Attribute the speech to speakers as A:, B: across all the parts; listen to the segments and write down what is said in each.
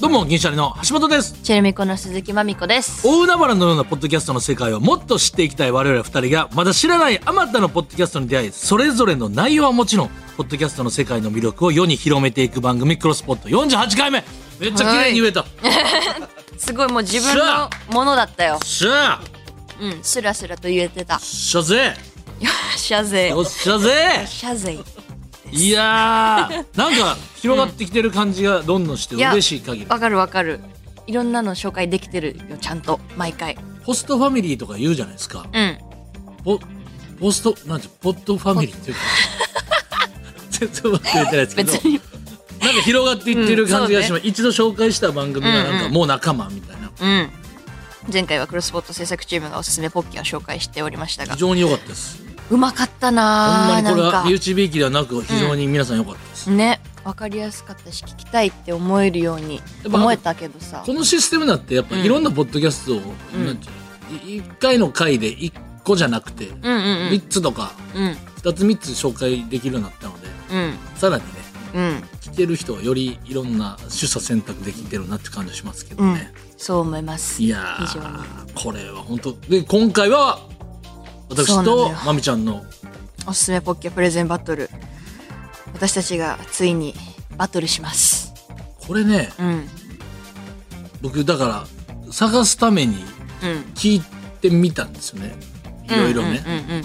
A: どうも銀シャリの橋本です
B: チェルミコの鈴木まみこです
A: 大海原のようなポッドキャストの世界をもっと知っていきたい我々二人がまだ知らないあまたのポッドキャストに出会いそれぞれの内容はもちろんポッドキャストの世界の魅力を世に広めていく番組「クロスポット」48回目めっちゃ綺麗に言えた、
B: すごいもう自分
A: しゃ
B: のものだったよ
A: しゃあ
B: うんスラスラと言えてた
A: しゃぜ
B: よっしゃぜ
A: よっしゃぜ
B: しゃぜ
A: いや ーなんか広がってきてる感じがどんどんして嬉しい限り
B: わかるわかるいろんなの紹介できてるよちゃんと毎回
A: ポストファミリーとか言うじゃないですか。
B: うん
A: ポ、ポスト、なんて、ポットファミリーっていうか。 全然うまく言えてないですけど
B: 別。に
A: なんか広がっていってる感じがします。
B: うんそう
A: 一度紹介した番組がなんかもう仲間みたいな。
B: うん前回はクロスポット制作チームがおすすめポッキーを紹介しておりましたが
A: 非常に良かったです。
B: うまかった
A: ほん
B: な
A: ま
B: ー
A: にこれ
B: な
A: は
B: ん
A: 身内びいきではなく非常に皆さん良かったです。
B: かねわかりやすかったし聞きたいって思えるように
A: ぱ
B: 思えたけどさ
A: このシステムだってやっぱいろんなポッドキャストを、なんていうのい一回の回で一個じゃなくて、
B: うんうんうん
A: 三つとか
B: うん
A: 二つ三つ紹介できるようになったので、
B: うん
A: さらにね、
B: うん
A: 聞ける人はよりいろんな取捨選択できてるなって感じしますけど
B: うん
A: ね、
B: そう思います
A: いや
B: 非常に
A: ーこれは本当で今回は
B: そう
A: 私
B: なの
A: と
B: よ
A: まみちゃんの
B: おすすめポッキャプレゼンバトル私たちがついにバトルします
A: これね
B: うんうん
A: 僕だから探すために聞いてみたんですよねいろいろね、
B: うんうんうん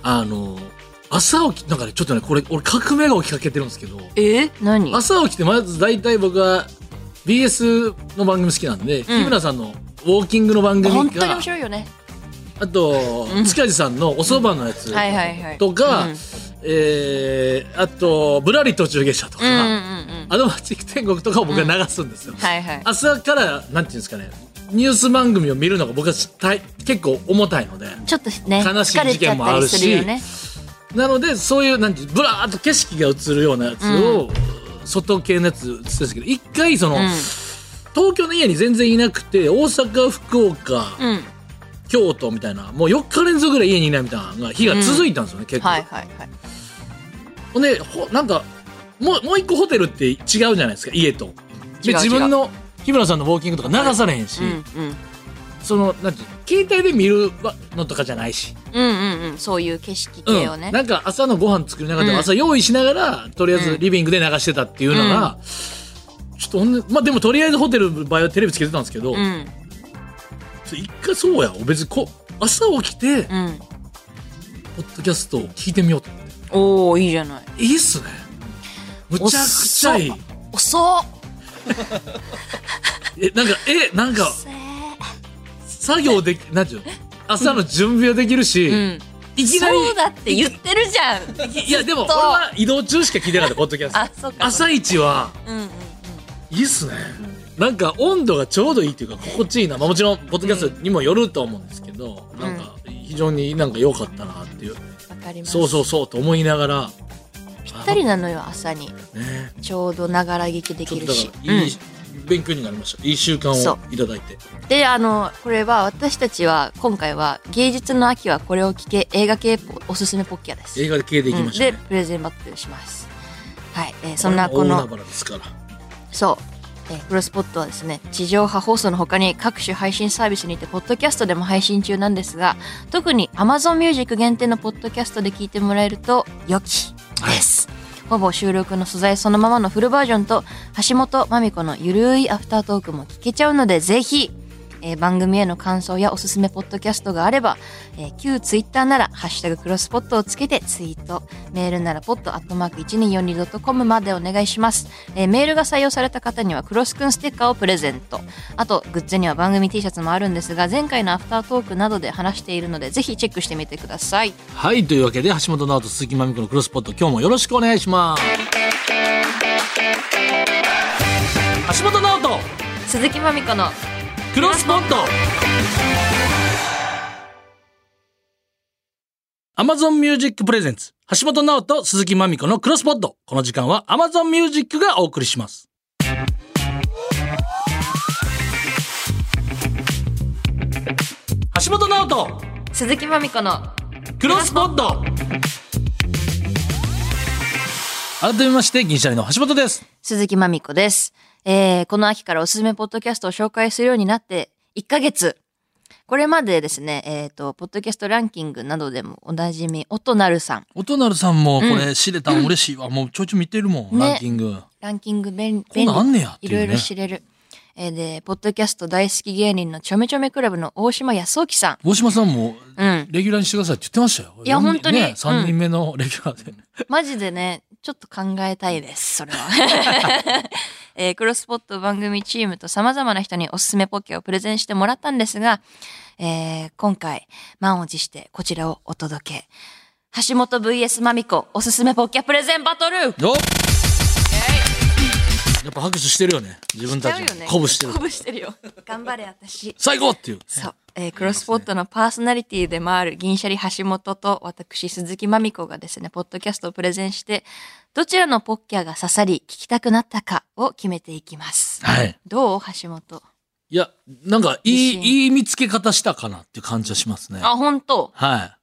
A: あの朝起きなんかねちょっとねこれ俺革命が起きかけてるんですけど
B: え何
A: 朝起きてまず大体僕は BS の番組好きなんで、日村さんのウォーキングの番組
B: 本当に
A: か
B: 面白いよね
A: あと、塚地さんのおそばのやつ
B: はいはいはい
A: とか、
B: うん
A: えー、あと、ぶらり途中下車とか、
B: うんうん
A: あ
B: うん
A: のマチック天国とかを僕は流すんですよ。
B: はいはい
A: 朝から、なんていうんですかね、ニュース番組を見るのが僕は大結構重たいので、
B: ちょっとね
A: 悲しい
B: 疲れ
A: 事
B: ちゃ
A: 件
B: っ
A: も
B: た
A: ある
B: り
A: し
B: するよね
A: なので、そういう、なんていう、ぶらーっと景色が映るようなやつを、外系のやつ映ってたんですけど、一回その、
B: うん
A: 東京の家に全然いなくて、大阪、福岡、
B: うん
A: 京都みたいな、もう4日連続ぐらい家にいないみたいなのが日が続いたんですよね、結構。
B: はいはいはい
A: ほんで、ほなんか、もう、もう一個ホテルって違うじゃないですか、家と。
B: 違
A: で、
B: う
A: 自分の、日村さんのウォーキングとか流されへんし、
B: うんうん
A: その、なんていう携帯で見るのとかじゃないし。
B: うんうんうんそういう景色
A: う
B: 系を
A: ん。
B: ね
A: なんか朝のご飯作りながら、
B: うん
A: 朝用意しながら、とりあえずリビングで流してたっていうのが、ちょっとほんで、まあでもとりあえずホテルの場合はテレビつけてたんですけど、
B: うん
A: 一回そうや、別にこう、朝起きて、
B: うん
A: ポッドキャストを聞いてみようと。
B: おおいいじゃない
A: いいっすね。むちゃくちゃいい。
B: 遅っ
A: え、なんか、え、なんか、
B: せ
A: 作業 でき、なんていうの朝の準備はできるし、
B: ーうん
A: いきなり、
B: そうだって言ってるじゃん
A: いや、でも、俺
B: ずっと
A: は移動中しか聞いてなかった、ポッドキャスト。
B: あそうか
A: 朝一は、
B: うんうん
A: いいっすね。なんか、温度がちょうどいいっていうか、心地いいな。まあ、もちろん、ポッドキャストにもよると思うんですけど、なんか、非常になんか良かったなっていう、
B: わかります
A: そうそうそうと思いながら、ぴ
B: ぴったりなのよ朝に
A: ね。
B: ちょうどながら聞きで
A: ちょ
B: き
A: っと
B: る
A: だ
B: し
A: から、いい、勉強になりました。いい習慣
B: そ
A: をいただいて。
B: うんであのこれは私たちは今回は芸術の秋はこれを聞け映画系おすすめポッキャです
A: 映画系でいきました
B: うん
A: ね。
B: でプレゼンバトルしますはい、えーそんなこ
A: 大
B: の
A: 海原ですから。
B: そう、えー、クロスポットはですね地上波放送の他に各種配信サービスにてポッドキャストでも配信中なんですが特に Amazon Music 限定のポッドキャストで聞いてもらえると良きです、ほぼ収録の素材そのままのフルバージョンと橋本まみ子のゆるいアフタートークも聞けちゃうのでぜひ、えー番組への感想やおすすめポッドキャストがあれば、えー旧ツイッターなら「ハッシュタグクロスポット」をつけてツイートメールならポットアットマーク 1242.com までお願いします、えーメールが採用された方にはクロスくんステッカーをプレゼントあとグッズには番組 T シャツもあるんですが前回のアフタートークなどで話しているのでぜひチェックしてみてください
A: はい、というわけで、橋本直人、鈴木まみこのクロスポット、今日もよろしくお願いします。橋本直人、
B: 鈴木まみこの
A: クロスポット。 Amazon Music Presents 橋本直人鈴木まみこのクロスポッドこの時間は Amazon Music がお送りします橋本直人
B: 鈴木まみこの
A: クロスポッド改めまして銀シャリの橋本です
B: 鈴木まみこです、えーこの秋からおすすめポッドキャストを紹介するようになって1ヶ月これまでですねえっ、とポッドキャストランキングなどでもおなじみ音なるさん
A: 音成さんもこれ知れたん嬉しいわ、もうちょいちょい見てるもん、
B: ね
A: ランキング
B: ランキング便
A: こんなんあんねやってい
B: いう
A: ね
B: ろいろ知れる、えーでポッドキャスト大好き芸人のちょめちょめクラブの大島康之さ
A: 大島さんも
B: んうん
A: レギュラーにしてくださいって言ってましたよ
B: いや
A: 四人
B: 本当に
A: ね、3人目のレギュラーで、
B: マジでねちょっと考えたいですそれ は、えークロスポット番組チームと様々な人におすすめポケをプレゼンしてもらったんですが、えー今回満を持してこちらをお届け橋本 VS まみこおすすめポケプレゼンバトル
A: よっやっぱ拍手してるよね自分たち
B: しちゃうよね
A: 鼓舞してる
B: 鼓舞してるよ頑張れ私
A: 最高っていう
B: そう、えークロスポットのパーソナリティでもある銀シャリ橋本と私鈴木まみこがですねポッドキャストをプレゼンしてどちらのポッキャが刺さり聞きたくなったかを決めていきます
A: はい
B: どう橋本
A: いやなんかい
B: 自信
A: いいい見つけ方したかなっていう感じはしますね
B: あ本当
A: は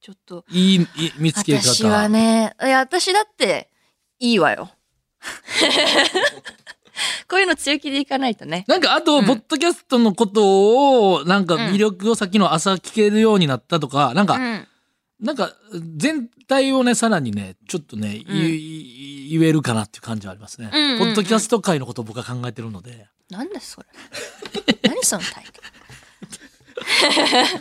B: ちょっと
A: いいいい見つけ方
B: 私はねいや私だっていいわよ こういうの強気でいかないとね
A: なんかあと、
B: うん
A: ポッドキャストのことをなんか魅力をさっきの朝聞けるようになったとか、なん
B: う
A: か、
B: ん
A: なんか全体をねさらにねちょっとね、
B: うん
A: 言い言えるかなっていう感じはありますね、
B: うんうんうん
A: ポッドキャスト界のことを僕は考えてるので
B: なんだ それ何その態度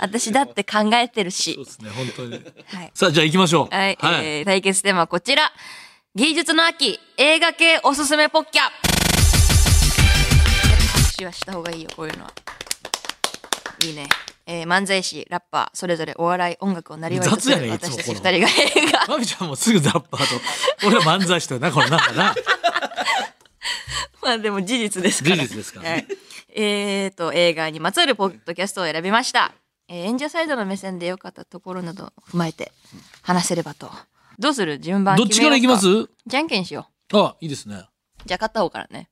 B: 私だって考えてるし
A: そうですね本当に
B: はい。
A: さあじゃあ行きましょう
B: はい、
A: はい
B: えー対決テーマはこちら。芸術の秋、映画系おすすめポッキャ。やっぱ拍手はした方がいいよ、こういうのは。いいね。えー漫才師、ラッパー、それぞれお笑い、音楽をなりわいとす
A: 雑や
B: る
A: ねいつも
B: 私たち二
A: こ
B: 人
A: の
B: が映画。
A: まみちゃんもすぐザッパーと俺は漫才師となこれなんかな
B: まあでも事実ですから。
A: 事実ですから
B: は
A: ね
B: い、えーと映画にまつわるポッドキャストを選びました、えー演者サイドの目線で良かったところなどを踏まえて話せればとどうする順 番
A: どっちから行きます
B: 決めようかじゃんけんしよ
A: あいいですね
B: うじゃあ勝った方からね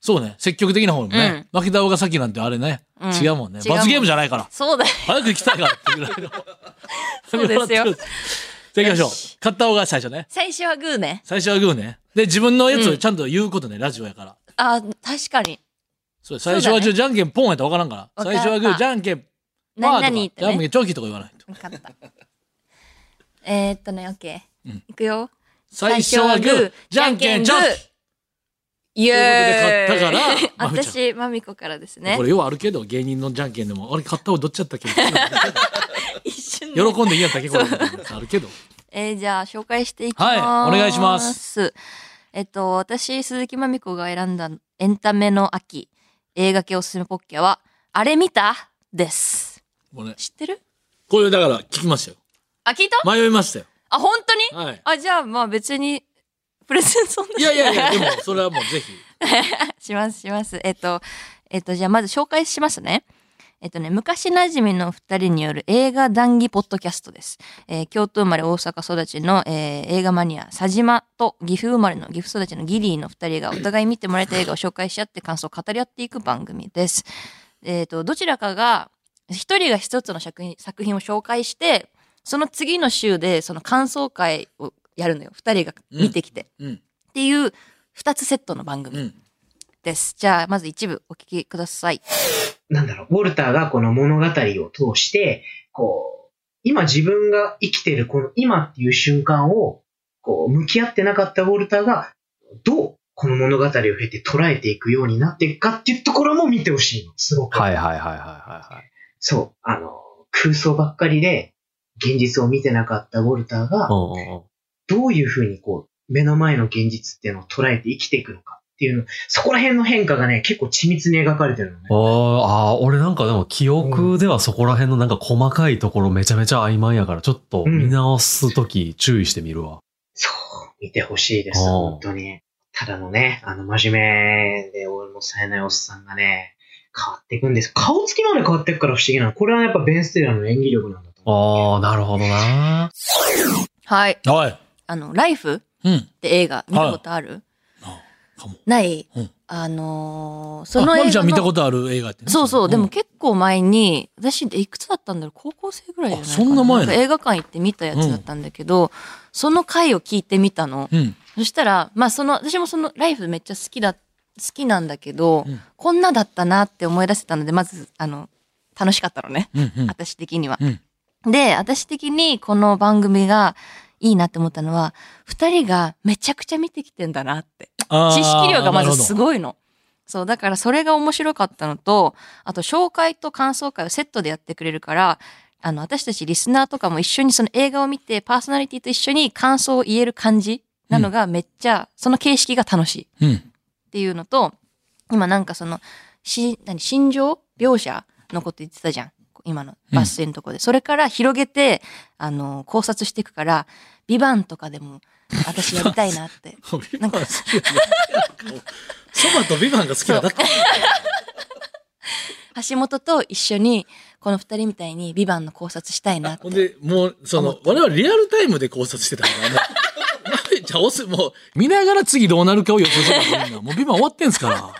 A: そうね積極的な方もね、負けた方が先なんてあれね、
B: うん
A: 違うもんね
B: 違うもん
A: 罰ゲームじゃないから
B: そうだよ
A: 早く行きたいからってぐらいの
B: そ うですよ
A: じゃあ行きましょう
B: よし
A: 勝った方が最初ね
B: 最初はグーね
A: 最初はグーねで自分のやつ
B: う
A: を
B: ん
A: ちゃんと言うことね、ラジオやから
B: あ確かに
A: そう
B: う
A: 最
B: だね
A: 初はじゃ,、じゃんけんポンやったら分からんから
B: 分からん
A: 最初はグーじゃんけん
B: 何
A: パーとか
B: 何って
A: じ
B: ね
A: ゃんけんチョキとか言わないと
B: 分 かったえー、っとねオッケー、いくよ
A: 最初はグーじゃんけんチョ
B: イエーイ
A: ということで勝 ったからまみちゃん
B: 私まみこからです
A: キ
B: ね
A: これようあるけど芸人のじゃんけんでもあれ買った方どっちやったっ け喜
B: 一瞬ね
A: んでいいやったっけこれあるけど
B: えーじゃあ紹介していきます。。
A: はいお願いします
B: えっと、私、鈴木まみこが選んだエンタメの秋、映画系おすすめポッケは、あれ見たです。
A: もうね
B: 知ってる
A: こういうだから聞きましたよ
B: あ、聞いた
A: 迷いましたよ
B: あ、本当に、
A: はい
B: あ、じゃあまあ別に、プレゼンそんない
A: やいやいやでもそれはもうぜひ
B: しますします。えっと、えっと、じゃあまず紹介しますね。えっとね、昔なじみの二人による映画談義ポッドキャストです。えー京都生まれ大阪育ちの、えー映画マニア、佐島と岐阜生まれの岐阜育ちのギリーの二人がお互い見てもらえた映画を紹介し合って感想を語り合っていく番組です。えっと、どちらかが、一人が一つの作品作品を紹介して、その次の週でその感想会をやるのよ。二人が見てきて。
A: うん
B: っていう二つセットの番組。
A: うん
B: です。じゃあ、まず一部お聞きください。
C: なんだろう、ウォルターがこの物語を通して、こう、今自分が生きてるこの今っていう瞬間を、こう、向き合ってなかったウォルターが、どうこの物語を経て捉えていくようになっていくかっていうところも見てほしいの。すごく。
D: はいはいはいはいはいはい。
C: そう。あの、空想ばっかりで、現実を見てなかったウォルターが、
D: うんうんうん
C: どういうふうにこう、目の前の現実っていうのを捉えて生きていくのかっていうの、そこら辺の変化がね、結構緻密に描かれてるのね。
D: おーあー、俺なんかでも記憶ではそこら辺のなんか細かいところめちゃめちゃ曖昧やから、ちょっと見直すとき注意してみるわ。
C: そう、見てほしいです、
D: おう
C: 本当に。ただのね、あの、真面目で俺も冴えないおっさんがね、変わっていくんです。顔つきまで変わっていくから不思議なの。これはやっぱベン・ステラーの演技力なんだと
D: ああ、なるほどな。
B: はい。
A: はい。
B: あの、ライフ
A: うん。
B: って映画見たことある、
A: あかも。
B: ない、
A: うん
B: あのー
A: あ
B: その
A: ま
B: 映
A: み
B: 画
A: ちゃん見たこととある映画ってね
B: そうそう、でも
A: ん
B: 結構前に、私いくつだったんだろう高校生ぐらいじゃないか
A: あそんな前なの
B: んか映画館行って見たやつだったんだけど、その回を聞いてみたの。
A: うん。
B: そしたら、まあその、私もそのライフめっちゃ好きだ、好きなんだけど、
A: うん
B: こんなだったなって思い出せたので、まず、あの、楽しかったのね。
A: うん。うん。
B: 私的には。
A: うん
B: で、私的にこの番組がいいなって思ったのは、二人がめちゃくちゃ見てきてんだなって。
A: あー
B: 知識量がまずす
A: なる
B: ごいの。そう、だからそれが面白かったのと、あと紹介と感想会をセットでやってくれるから、あの、私たちリスナーとかも一緒にその映画を見て、パーソナリティと一緒に感想を言える感じなのがめっちゃ、その形式が楽しい。
A: ほど。うん。
B: っていうのと、今なんかその、し、何、心情描写のこと言ってたじゃん。今のバス停のとこで。それから広げて、あの、考察していくから、ビバンとかでも、私やりたい なって。
A: ビ
B: な
A: バ
B: ん
A: ン
B: か
A: 好きやねそばとビバンが好きなんだって。
B: 橋本と一緒に、この二人みたいにビバンの考察したいなっ
A: ほん
B: て。
A: で、もう、その、我々リアルタイムで考察してたから、 もう。じゃあ、おす、もう、見ながら次どうなるかを予想してたからみんなもうビバン終わってんすから。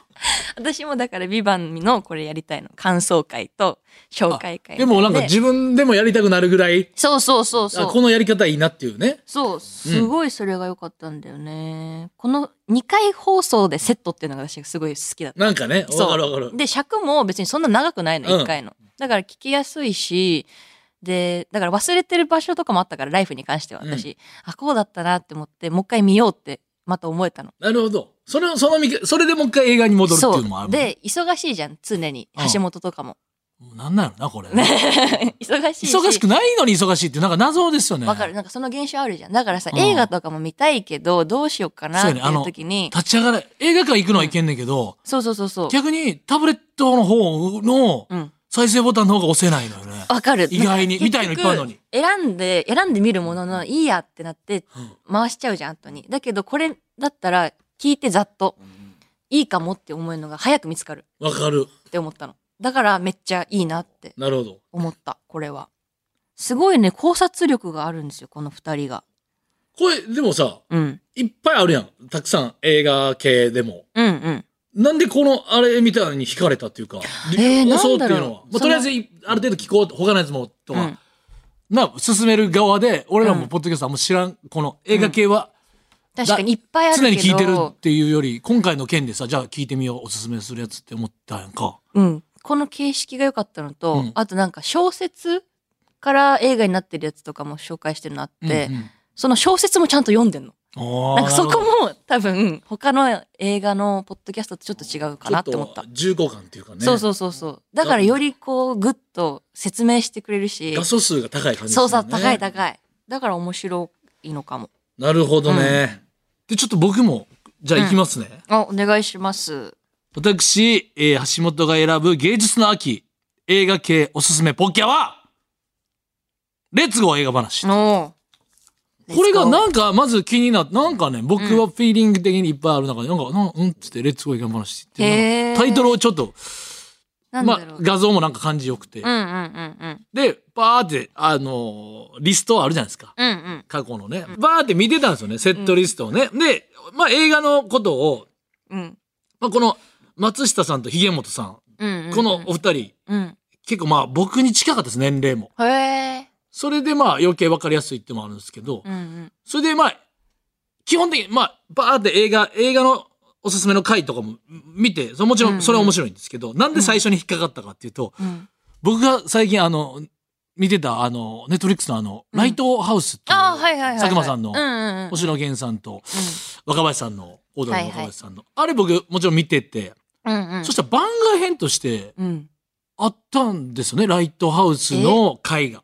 B: 私もだからビバンのこれやりたいの。感想会と紹介会みたい
A: でもなんか自分でもやりたくなるぐらい、
B: そうそうそうそう
A: あ。このやり方いいなっていうね。
B: そう、すごいそれが良かったんだよね。この2回放送でセットっていうのが私がすごい好きだった。
A: なんかね、
B: そう
A: わかるわかる。
B: で、尺も別にそんな長くないの、
A: うん
B: 1回の。だから聞きやすいし、で、だから忘れてる場所とかもあったから、ライフに関しては私、あ、こうだったなって思って、もう一回見ようって、また思えたの。
A: なるほど。それを、その見か、それでもう一回映画に戻るっていうのもある。、
B: で、忙しいじゃん、常に。
A: うん
B: 橋本とかも。
A: なんなんやろな、これ。
B: 忙しいし。
A: 忙しくないのに忙しいって、なんか謎ですよね。
B: わかる。なんかその現象あるじゃん。だからさ、
A: うん
B: 映画とかも見たいけど、どうしようかなって
A: そうやね
B: い
A: あの
B: う時に、
A: 立ち上がれ、映画館行くのはいけんねんけど、
B: そうそうそうそう。
A: 逆にタブレットの方の
B: うん。
A: 再生ボタンの方が押せないのよね。
B: わかる。
A: 意外に
B: なんか
A: 見たいのいっぱいあるのに。
B: 結局選んで、選んでみるものの、いいやってなって
A: うん、
B: 回しちゃうじゃん、後に。だけど、これだったら、聞いてざっと、いいかもって思えるのが早く見つかる
A: わかる。
B: って思ったの。だから、めっちゃいいなって
A: なるほど。
B: 思った、これは。すごいね、考察力があるんですよ、この二人が。
A: これ、でもさ、
B: うん。
A: いっぱいあるやん。たくさん映画系でも。
B: うんうん。
A: なんでこのあれみたいに惹かれたっていうか、
B: えー
A: 放送っていうのは。
B: なんだろう
A: まあ、とりあえずい、ある程度聞こう、他のやつもと
B: う
A: か、
B: ん
A: な、進める側で、俺ら
B: う
A: も
B: ん
A: ポッドキャストあんま知らん、この映画系は
B: 確かにいっぱいあるけ
A: 常
B: ど。
A: に聞いてるっていうより、今回の件でさ、じゃあ聞いてみよう、おすすめするやつって思ったやんか。
B: うん。この形式が良かったのと、
A: うん
B: あとなんか小説から映画になってるやつとかも紹介してるのあって、その小説もちゃんと読んでんの。
A: あ
B: なんか
A: ー
B: そ
A: な
B: こ
A: る
B: も多分他の映画のポッドキャストとちょっと違うかなって思っ
A: ほど
B: た。
A: ちょっと重厚感っていうかね。
B: そうそうそうそう。だからよりこうグッと説明してくれるし
A: 画、素数が高い感じです
B: そう
A: よね。
B: そう、高い高い。だから面白いのかも。
A: なるほどね。で、ちょっと僕も、じゃあ行きますね。
B: あ、お願いします。
A: 私、えー橋本が選ぶ芸術の秋、映画系おすすめポッキャは、レッツゴー映画話。
B: おー
A: これがな
B: なん
A: かまず気になって、なんかね、僕はフィーリング的にいっぱいある中で、なんか、なんうんっつって、レッツゴー映画話っていう
B: へ
A: の
B: ー
A: タイトルをちょっと、
B: なん
A: ま
B: だ
A: あ
B: ろ、う。
A: 画像もなんか感じよくて。
B: うんうんうんうん。
A: で、バーって、あのーリストあるじゃないですか。
B: うんうん。
A: 過去のね。バーって見てたんですよね、セットリストをね。で、まあ映画のことを、
B: うん。
A: まあこの、松下さんとひげもとさん、
B: うんうん。
A: このお二人、
B: うん。
A: 結構まあ僕に近かったです、年齢も。
B: へえ。
A: それでまあ余計分かりやすいってのもあるんですけど、
B: うんうん。
A: それでまあ、基本的にまあ、バーって映画、映画のおすすめの回とかも見て、そもちろ
B: うんうん
A: んそれは面白いんですけど、なんで最初に引っかかったかっていうと、
B: うん。
A: 僕が最近あの、見てたあの、ネットフリックスのあの、
B: うん
A: ライトハウスっていう、
B: ああ、はいはいはいはい。
A: 佐久間さんの
B: うんうんうん。
A: 星野源さんと若林さんの、オードリーの
B: はいはい
A: 若林さんの、あれ僕もちろん見てて、
B: うんうん。
A: そしたら番外編として
B: うん。
A: あったんですよね、ライトハウスの回が。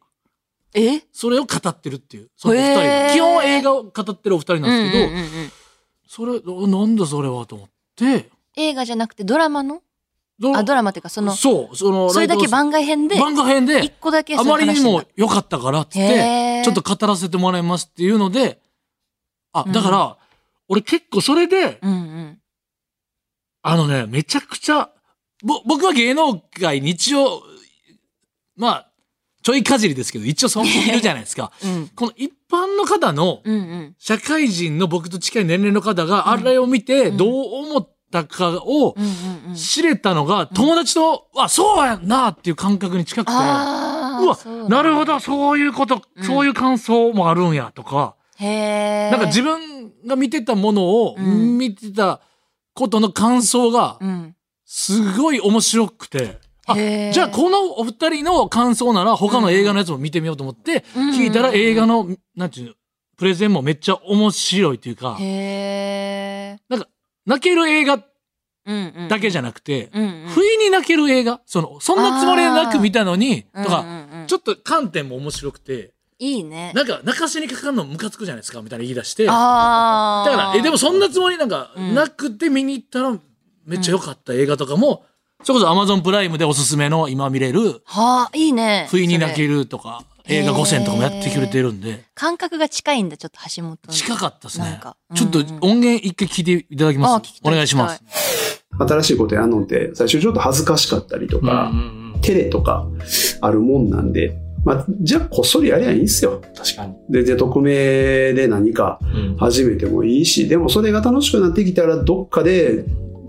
B: え
A: それを語ってるっていう。そのお二人
B: へ
A: が。
B: ー
A: 基本映画を語ってるお二人なんですけど、
B: うんうんうんうん
A: それ、おなんだそれはと思って、
B: 映画じゃなくてドラマの
A: ど
B: あ、ドラマっていうか、その、
A: そう、その、
B: それだけ番外編で、
A: 番外編
B: 一
A: で、
B: 個だけ
A: あ
B: その
A: まり
B: 話
A: に
B: してんだ
A: も良かったからっつって、
B: へー
A: ちょっと語らせてもらいますっていうので、あ、だから、俺結構それで、
B: うんうん。
A: あのね、めちゃくちゃ、ぼ、僕は芸能界日曜、まあ、ちょいかじりですけど、一応そんなにいるじゃないです か。
B: うん。
A: この一般の方の、
B: うんうん。
A: 社会人の僕と近い年齢の方が、あれを見て、
B: うん
A: どう思ったかを
B: うんうんうん。
A: 知れたのが、友達と、あ、そうやんなっていう感覚に近くて、
B: ああ。
A: うわ
B: そう
A: なる
B: ほ
A: ほど、そういうこと
B: う、ん
A: そういう感想もあるんや、とか、
B: ど。へえ。
A: なんか自分が見てたものを、
B: うん
A: 見てたことの感想が、
B: うん。
A: すごい面白くて、あ
B: へー
A: じゃあこのお二人の感想なら他の映画のやつも見てみようと思って、
B: うん
A: 聞いたら映画の、なんていうの、プレゼンもめっちゃ面白いというか、
B: へえ。
A: 泣ける映画
B: うんうん。
A: だけじ
B: ゃ。
A: ゃなくて、
B: うんうん。
A: 不意に泣ける映画、その、そんなつもりで泣く見たのに、と
B: うん
A: か、
B: うんうん
A: ちょっと観点も面白くて、
B: いいね。
A: なんか泣かしにかかるのムカつくじゃないですか、みたいな言い出して、だ
B: ああ。
A: から、え、でもそんなつもりなんか、
B: うん
A: なくて見に行ったらめっちゃ良かった映画とかも、それこそ Amazon プライムでおすすめの今見れる、
B: はあ、いいね。
A: 不意に泣け
B: る。
A: るとか、
B: それ
A: 映画5選とかもやってくれてるんで、
B: 感覚が近いんだ、ちょっと橋本の。
A: 近かったです
B: なん
A: ね
B: か。
A: ちょっと
B: うんうん
A: 音源一回聞いていただき
B: あ
A: ま
B: 聞
A: す
B: き。た
A: お
B: い
A: 願いします。
E: 新しいことやるのって最初ちょっと恥ずかしかったりとか、照れとかあるもんなんで、まあ、じゃあこっそりやりゃいいんすよ。
D: 確かに。
E: 全然匿名で何か
D: うん
E: 始めてもいいし、でもそれが楽しくなってきたらどっかで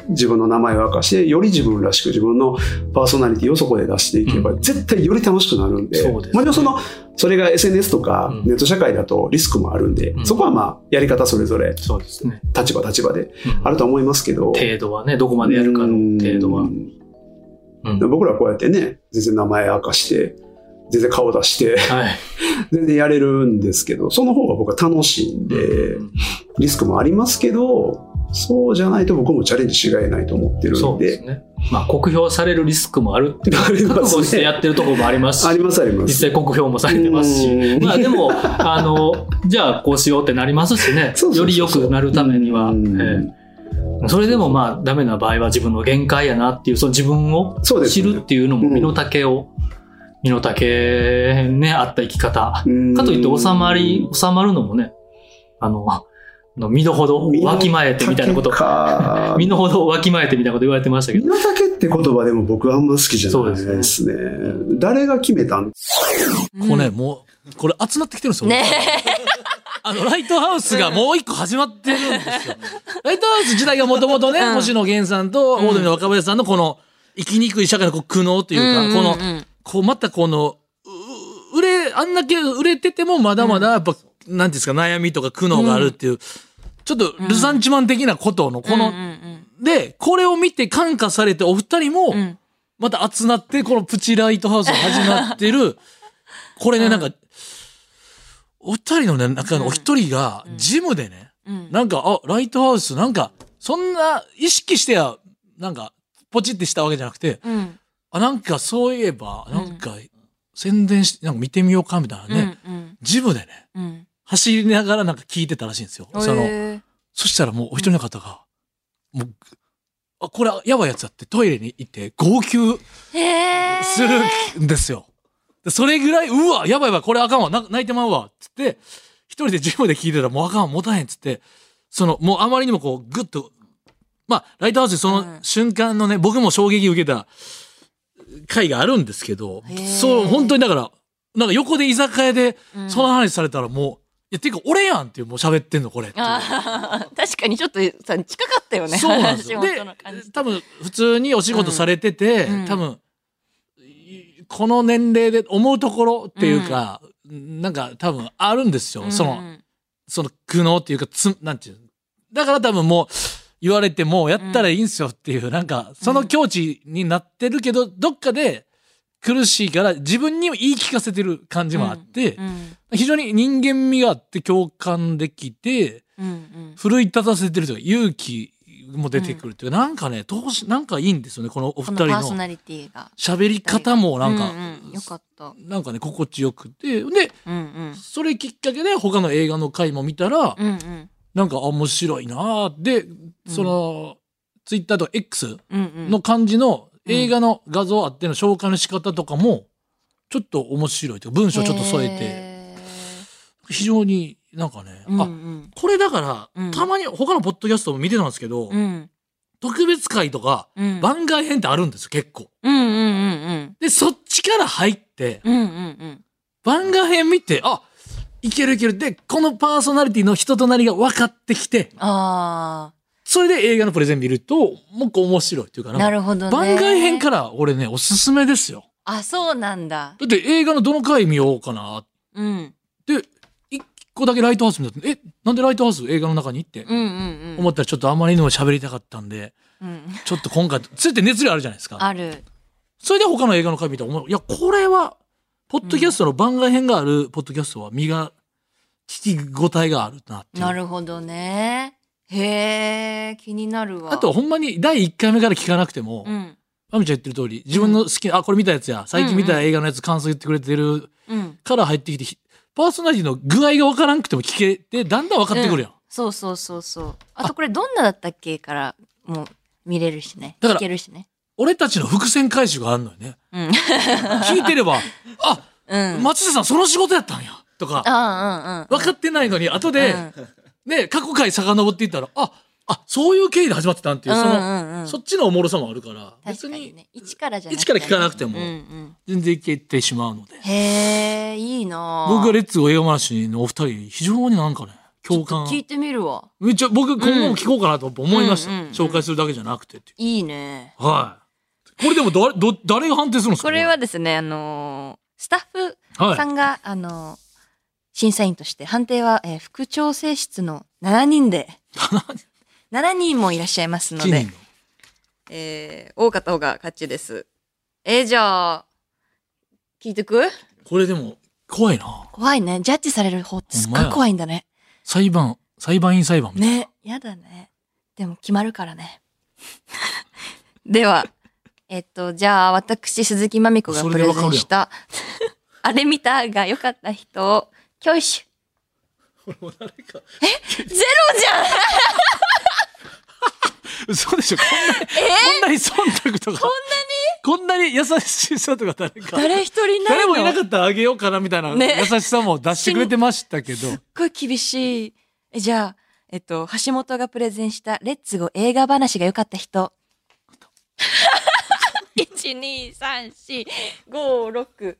E: 自分の名前を明かして、より自分らしく自分のパーソナリティをそこで出していけば、
D: う
E: 絶対より楽しくなるんで、
D: そうですね
E: まあでもその、それが SNS とか
D: うん
E: ネット社会だとリスクもあるんで、
D: うん
E: そこはまあやり方それぞれ、
D: そうですね。
E: 立場立場で
D: うん
E: あるとは思いますけど、
D: 程度はね、どこまでやるかの程度
E: う
D: は。
E: ん
D: うん
E: 僕らこうやってね全然名前明かして全然顔出して
D: はい。
E: 全然やれるんですけどその方が僕は楽しいんで
D: うん
E: リスクもありますけどそうじゃないと僕もチャレンジしがえないと思ってる
D: そ
E: ん
D: うです
E: で
D: ね。まあ、酷評されるリスクもあるって
E: あり
D: 覚
E: ます
D: 悟してやってるところもあります
E: あ
D: し
E: り、ますありま
D: 実
E: す
D: 際酷評もされてますし。
E: うん
D: まあでも、あの、じゃあこうしようってなりますしね
E: そう、そ
D: よ
E: うそう
D: り良くなるためには
E: う。ん
D: ええそれでもまあダメな場合は自分の限界やなっていう、その自分を
E: そうです
D: 知
E: ね
D: るっていうのも身の丈を、身の丈ね、あった生き方。
E: うん
D: かといって収まり、収まるのもね、あの、あの身の程
E: 身の
D: わきまえてみたい なこと、
E: か
D: 身の程わきまえてみたいなこと言われてましたけ
E: 身
D: ど、
E: の丈って言葉でも僕はあんま好きじゃないですね誰が決めた
B: うん
E: ん
A: これね、もう、これ熱なってきてるんですよ。
B: ね
A: あの、ライトハウスがもう一個始まってるんです よ。ライトハウス自体がもともとね、
B: うん
A: 星野源さんと大富の若林さんのこの、生きにくい社会のこう苦悩と
B: え。
A: いうか、この
B: うん、うんうん
A: こう、またこの、う売れ、あんだけ売れてても、まだまだ、やっぱ、なんていうんですか、悩みとか苦悩があるっていう、ちょっと、ルサンチマン的なことの、この、
B: うんうん
A: で、これを見て感化されて、お二人も
B: う、ん
A: また集まって、このプチライトハウスが始まって る、これね、なんか、お二人のね、中のお一人が、ジムでね、
B: うん
A: なんか、あ、ライトハウス、なんか、そんな、意識してや、なんか、ポチってしたわけじゃなくて、
B: うん
A: あ、なんかそういえば、なんか、宣伝し、なんか見てみようか、みたいなね、
B: うん
A: ジムでね、
B: うんうん
A: 走りながらなんか聞いてたらしいんですよ。その、
B: へ
A: そしたらもうお一人の方が、もう、あ、これやばいやつだってトイレに行って号泣
B: えへえ
A: するんですよ。でそれぐらい、うわ、やばいやばい、これあかんわ、な泣いてまうわ、つって、一人でジムで聞いてたらもうあかんわ、持たへん、つって、その、もうあまりにもこう、ぐっと、まあ、ライトハウスでそ
B: うん
A: の瞬間のね、僕も衝撃受けた回があるんですけど
B: へー、
A: そう、本当にだから、なんか横で居酒屋で
B: うん
A: その話されたらもう、いや、てか俺やんっていう、もう喋ってんの、これっていう。
B: あー確かにちょっとさ近かったよね
A: そうなんです よ。
B: 橋
A: で
B: 本の感じ、
A: 多分、普通にお仕事されてて、
B: うん
A: 多分、いこの年齢で思うところっていうか、なんか多分あるんですよ。その、その苦悩っていうか、つ、なんていうのだから多分もう、言われてもやったらいいんすよっていう、なんか、その境地になってるけど、どっかで苦しいから自分にも言い聞かせてる感じもあって、
B: うんうん
A: 非常に人間味があって共感できて、
B: うんうん
A: 奮い立たせてるというか勇気も出てくるというか、なんかねどうしなんかいいんですよねこのお
B: こ
A: 二
B: のパ
A: 人
B: ーソ
A: の
B: ナリティが
A: 喋り方もなんか、
B: ううよかった
A: なんかね心地よくてで
B: うんうん
A: それきっかけで他の映画の回も見たら、
B: うんうん
A: なんかあ面白いなーでその、ツイッターとか X
B: うんうん
A: の感じの
B: うん
A: 映画の画像あっての紹介の仕方とかもちょっと面白いというか文章ちょっと添えて
B: へ
A: 非常になんかね、
B: ーうんう
A: あ
B: ん
A: これだから、
B: うん
A: たまに他のポッドキャストも見てたんですけど、
B: うん
A: 特別会とか
B: うん
A: 番外編ってあるんですよ結構
B: うんうんうんうん
A: でそっちから入っって、
B: うんうんうん。
A: 番外編見て、あ、いけるいける。で、このパーソナリティの人となりが分かってきて、
B: あ
A: それで映画のプレゼン見ると、もっと面白いっていうか
B: あ、
A: な。
B: なるほどね。
A: 番外編から俺ね、おすすめですよ。
B: あ、そうなんだ。
A: だって映画のどの回見ようかな。
B: うん。
A: で、一個だけライトハウス見たって、え、なんでライトハウス映画の中にって
B: うんうんう
A: 思
B: ん。
A: ったらちょっとあまりにも喋りたかったんで、
B: うん、
A: ちょっと今回、ついて熱量あるじゃないですか。
B: ある。
A: それで他の映画の回見たら、お前いや、これは、ポッドキャストの番外編があるポッドキャストは身が、聞き応えがあるなっていう。
B: なるほどね。へえ、気になるわ。
A: あと、、ほんまに第1回目から聞かなくても、
B: うん。
A: まみちゃん言ってる通り、自分の好きな、あ、これ見たやつや、最近見た映画のやつ感想言ってくれてる
B: うん。
A: から入ってきて、ひパーソナリティの具合がわからんくても聞けて、だんだん分かってくるやん。
B: そうそうそうそう。あとこれどんなだったっけから、もう見れるしね。
A: だから
B: 聞けるしね。
A: 俺たちの伏線回収があるのよね。
B: うん。
A: 聞いてれば、あ、
B: うん。
A: 松下さんその仕事やったんや、とか、
B: あうんうん。
A: 分かってないのに、後で、
B: うん
A: ね、過去回遡っていったら、あ、あ、そういう経緯で始まってたんっていう、その、
B: うんうんうん
A: そっちのおもろさもあるから、
B: 確
A: 別
B: か
A: に
B: にね。一からじゃな
A: 一から聞かなくても
B: うんうん。
A: 全然いけてしまうので。
B: へえ、いいなぁ
A: 僕はレッツゴー映画話のお二人、非常になんかね、共感。
B: 聞いてみるわ。
A: めっちゃ僕今後も聞こうかなと思いました、
B: うんうんうん
A: 紹介するだけじゃなくてってい
B: いいね。
A: うはいこれでもだど誰が判定するんですか
B: これはですね、あのースタッフ
A: これは
B: さ
A: い
B: んが、あのー審査員として判定は、えー副調整室の7人 で、7人もいらっしゃいますの
A: 7
B: で
A: 人、
B: えー、多かった方が勝ちです。えー、じゃあ、聞いてく
A: これでも怖いな
B: 怖いね。ジャッジされる方ってすっ
A: ほん
B: ご
A: ま
B: い
A: や
B: 怖いんだね。
A: 裁判裁判員裁判みたいな
B: ね。やだね。でも決まるからね。 では、えっと、じゃあ、私、鈴木まみこが
A: そ
B: プ
A: れで
B: レ
A: わかるや
B: ゼ
A: ん
B: ンした、 あれ見たが良かった人、教 師。え、ゼロじゃん
A: 嘘でしょこんなに、 こんなに忖度とかこんなにこんなに優しさとか誰か
B: 誰一人ない
A: 誰
B: の
A: もいなかったらあげようかなみたいな、
B: ね
A: 優しさも出してくれてました けど
B: すっごい厳しい。えじゃあ、えっと、橋本がプレゼンした、レッツゴー映画話が良かった人。1、2、3、4、5、6。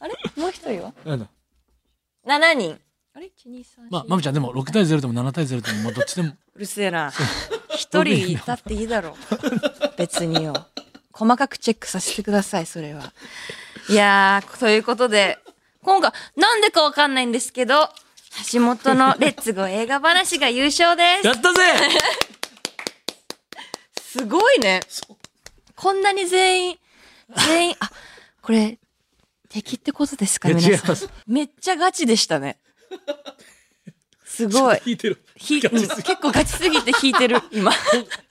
B: あれもう一人は
A: なんだ
B: ?7 人。あれ ?1、2、3、4。
A: まあまみちゃんでも6対0でも7対0でもまあどっちでも
B: うるせえな。一人いたっていいだろう。 別によ。細かくチェックさせてください、それは。いやー、ということで、今回、なんでかわかんないんですけど、橋本の レッツゴー映画話が優勝で
A: やったぜ
B: す。すごいね。こんなに全員、全員、あ、これ、敵ってことですか
A: いや
B: 皆
A: 違い
B: さ
A: ま
B: ん
A: す。
B: めっちゃガチでしたね。すご い。
A: 聞いてる
B: ひうん結構ガチすぎて引いてる、今。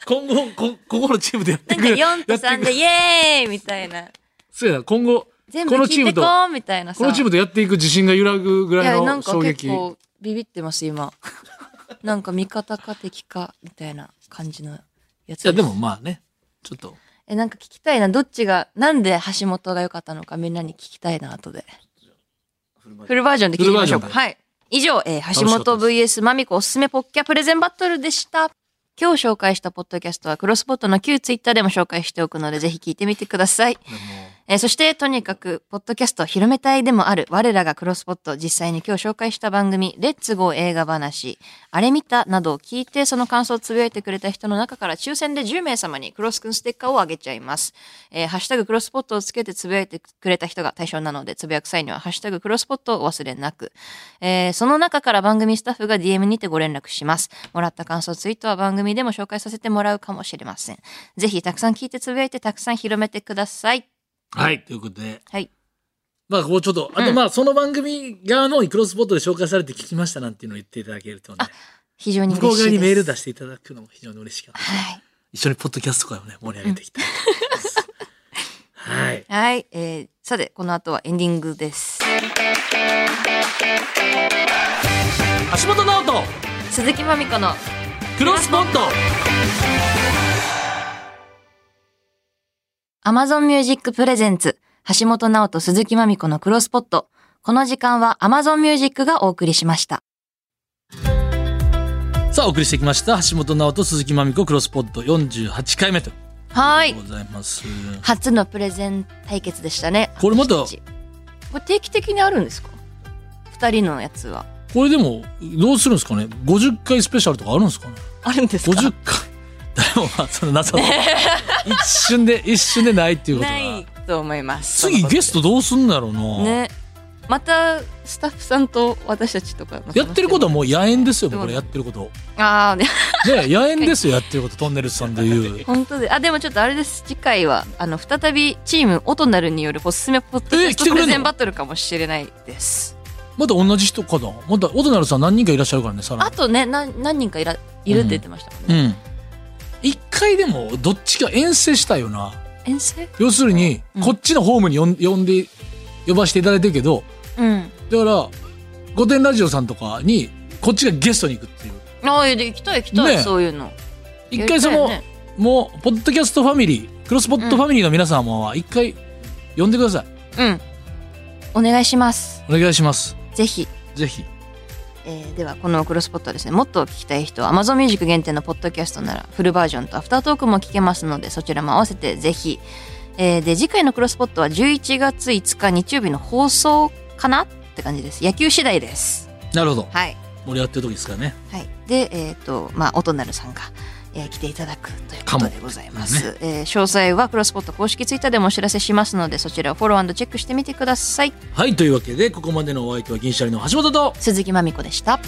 A: 今後こここのチームでやって
B: なん
A: く
B: か
A: れ
B: 4と
A: や
B: 3で
A: ってくれ
B: イエーイみたいな。
A: そうやな今後
B: 全部
A: このチー
B: 聞い
A: ム
B: て
A: と
B: こうみたいなさ。
A: このチームとやっていく自信が揺らぐぐ
B: い
A: らい
B: や、なん
A: の
B: か
A: 衝撃
B: 結構ビビってます、今。 なんか味方か敵かみたいな感じのやつ
A: いやでもまあねちょっと
B: え、なんか聞きたいな。どっちが、なんで橋本が良かったのかみんなに聞きたいな、後で。フルバージョンで聞きましょう
A: フルバージョンで
B: か。はい。以上、えー橋
A: 楽しか
B: 本
A: った
B: VS まみこおすすめポッキャプレゼンバトルでした。今日紹介したポッドキャストはクロスポットの旧ツイッターでも紹介しておくので、ぜひ聞いてみてください。えーそして、とにかく、ポッドキャストを広めたいでもある、我らがクロスポット、実際に今日紹介した番組、レッツゴー映画話、あれ見たなどを聞いて、その感想をつぶやいてくれた人の中から抽選で10名様にクロスくんステッカーをあげちゃいます。えーハッシュタグクロスポットをつけてつぶやいてくれた人が対象なので、つぶやく際には、ハッシュタグクロスポットをお忘れなく。えーその中から番組スタッフが DM にてご連絡します。もらった感想ツイートは番組でも紹介させてもらうかもしれません。ぜひ、たくさん聞いてつぶやいて、たくさん広めてください。
A: はいということで
B: はい。
A: まあこうちょっとあとまあその番組側のクロスポットで紹介されて聞きましたなんていうのを言っていただけるとね
B: 非常に
A: 向
B: 嬉し
A: こ
B: いで
A: う側
B: す。
A: にメール出していただくのも非常に嬉しいかった
B: はい。
A: 一緒にポッドキャスト会をね盛り上げていきたいと思います、 はい
B: はい。えー、さて、この後はエンディングです。
A: 橋本直人
B: 鈴木まみこの、
A: クロスポット
B: Amazon Music Presents、橋本直人鈴木まみこのクロスポット。この時間は Amazon Music がお送りしました。
A: さあお送りしてきました橋本直人鈴木まみこクロスポット48回目というこ
B: は
A: と
B: い
A: で。ございます、
B: 初のプレゼン対決でしたね。
A: これまた
B: 私たちこれ定期的にあるんですか二人のやつは
A: これでもどうするんですかね50回スペシャルとかあるんですかね
B: あるんですか
A: 50回誰もまあそのな さそう一瞬で一瞬でないっていうこと
B: な
A: が
B: いと思います
A: 次ゲストどうすんだろうな、
B: ねまたスタッフさんと私たちとかの話
A: やってることはもう野縁ですよ
B: そう
A: 僕らやってること
B: ああね
A: ね野縁ですよやってることトンネルズさんで言う
B: 本当であでもちょっとあれです次回はあの再びチームオトナルによるおすすめポッドキャ
A: え来
B: スト
A: て
B: プ
A: くれ
B: レ
A: んの
B: ゼンバトルかもしれないです
A: まだ同じ人かなまだ音なるさん何人かいらっしゃるからねさら
B: あ
A: に
B: とねな何人かいらいるって言ってましたもん
A: う
B: ね、
A: ん一回でもどっちか遠征したいよな
B: 遠征
A: 要するに
B: うん
A: こっちのホームに呼ん呼んで呼ばせていただいてるけど
B: うん
A: だから「御殿ラジオ」さんとかにこっちがゲストに行くっていう
B: ああいや行きたい行きたい、
A: ね
B: そういうの
A: 一回その、
B: やりたいよね
A: もうポッドキャストファミリークロスポッドファミリーの皆さんも一回呼んでください
B: うんお願いします
A: お願いします
B: ぜひ
A: ぜひ
B: えーではこのクロスポットはですねもっと聞きたい人は Amazon Music 限定のポッドキャストならフルバージョンとアフタートークも聞けますのでそちらも合わせてぜひ、えーで次回のクロスポットは11月5日日曜日の放送かなって感じです野球次第です
A: なるほど
B: はい、
A: 盛り上がってる時ですからね
B: はい、でえっ、とまあ音なるさんが、えー来ていただくということでございます、えー詳細はクロスポット公式ツイッターでもお知らせしますのでそちらをフォローチェックしてみてください
A: はいというわけでここまでのお相手は銀シャリの橋本と
B: 鈴木まみこでした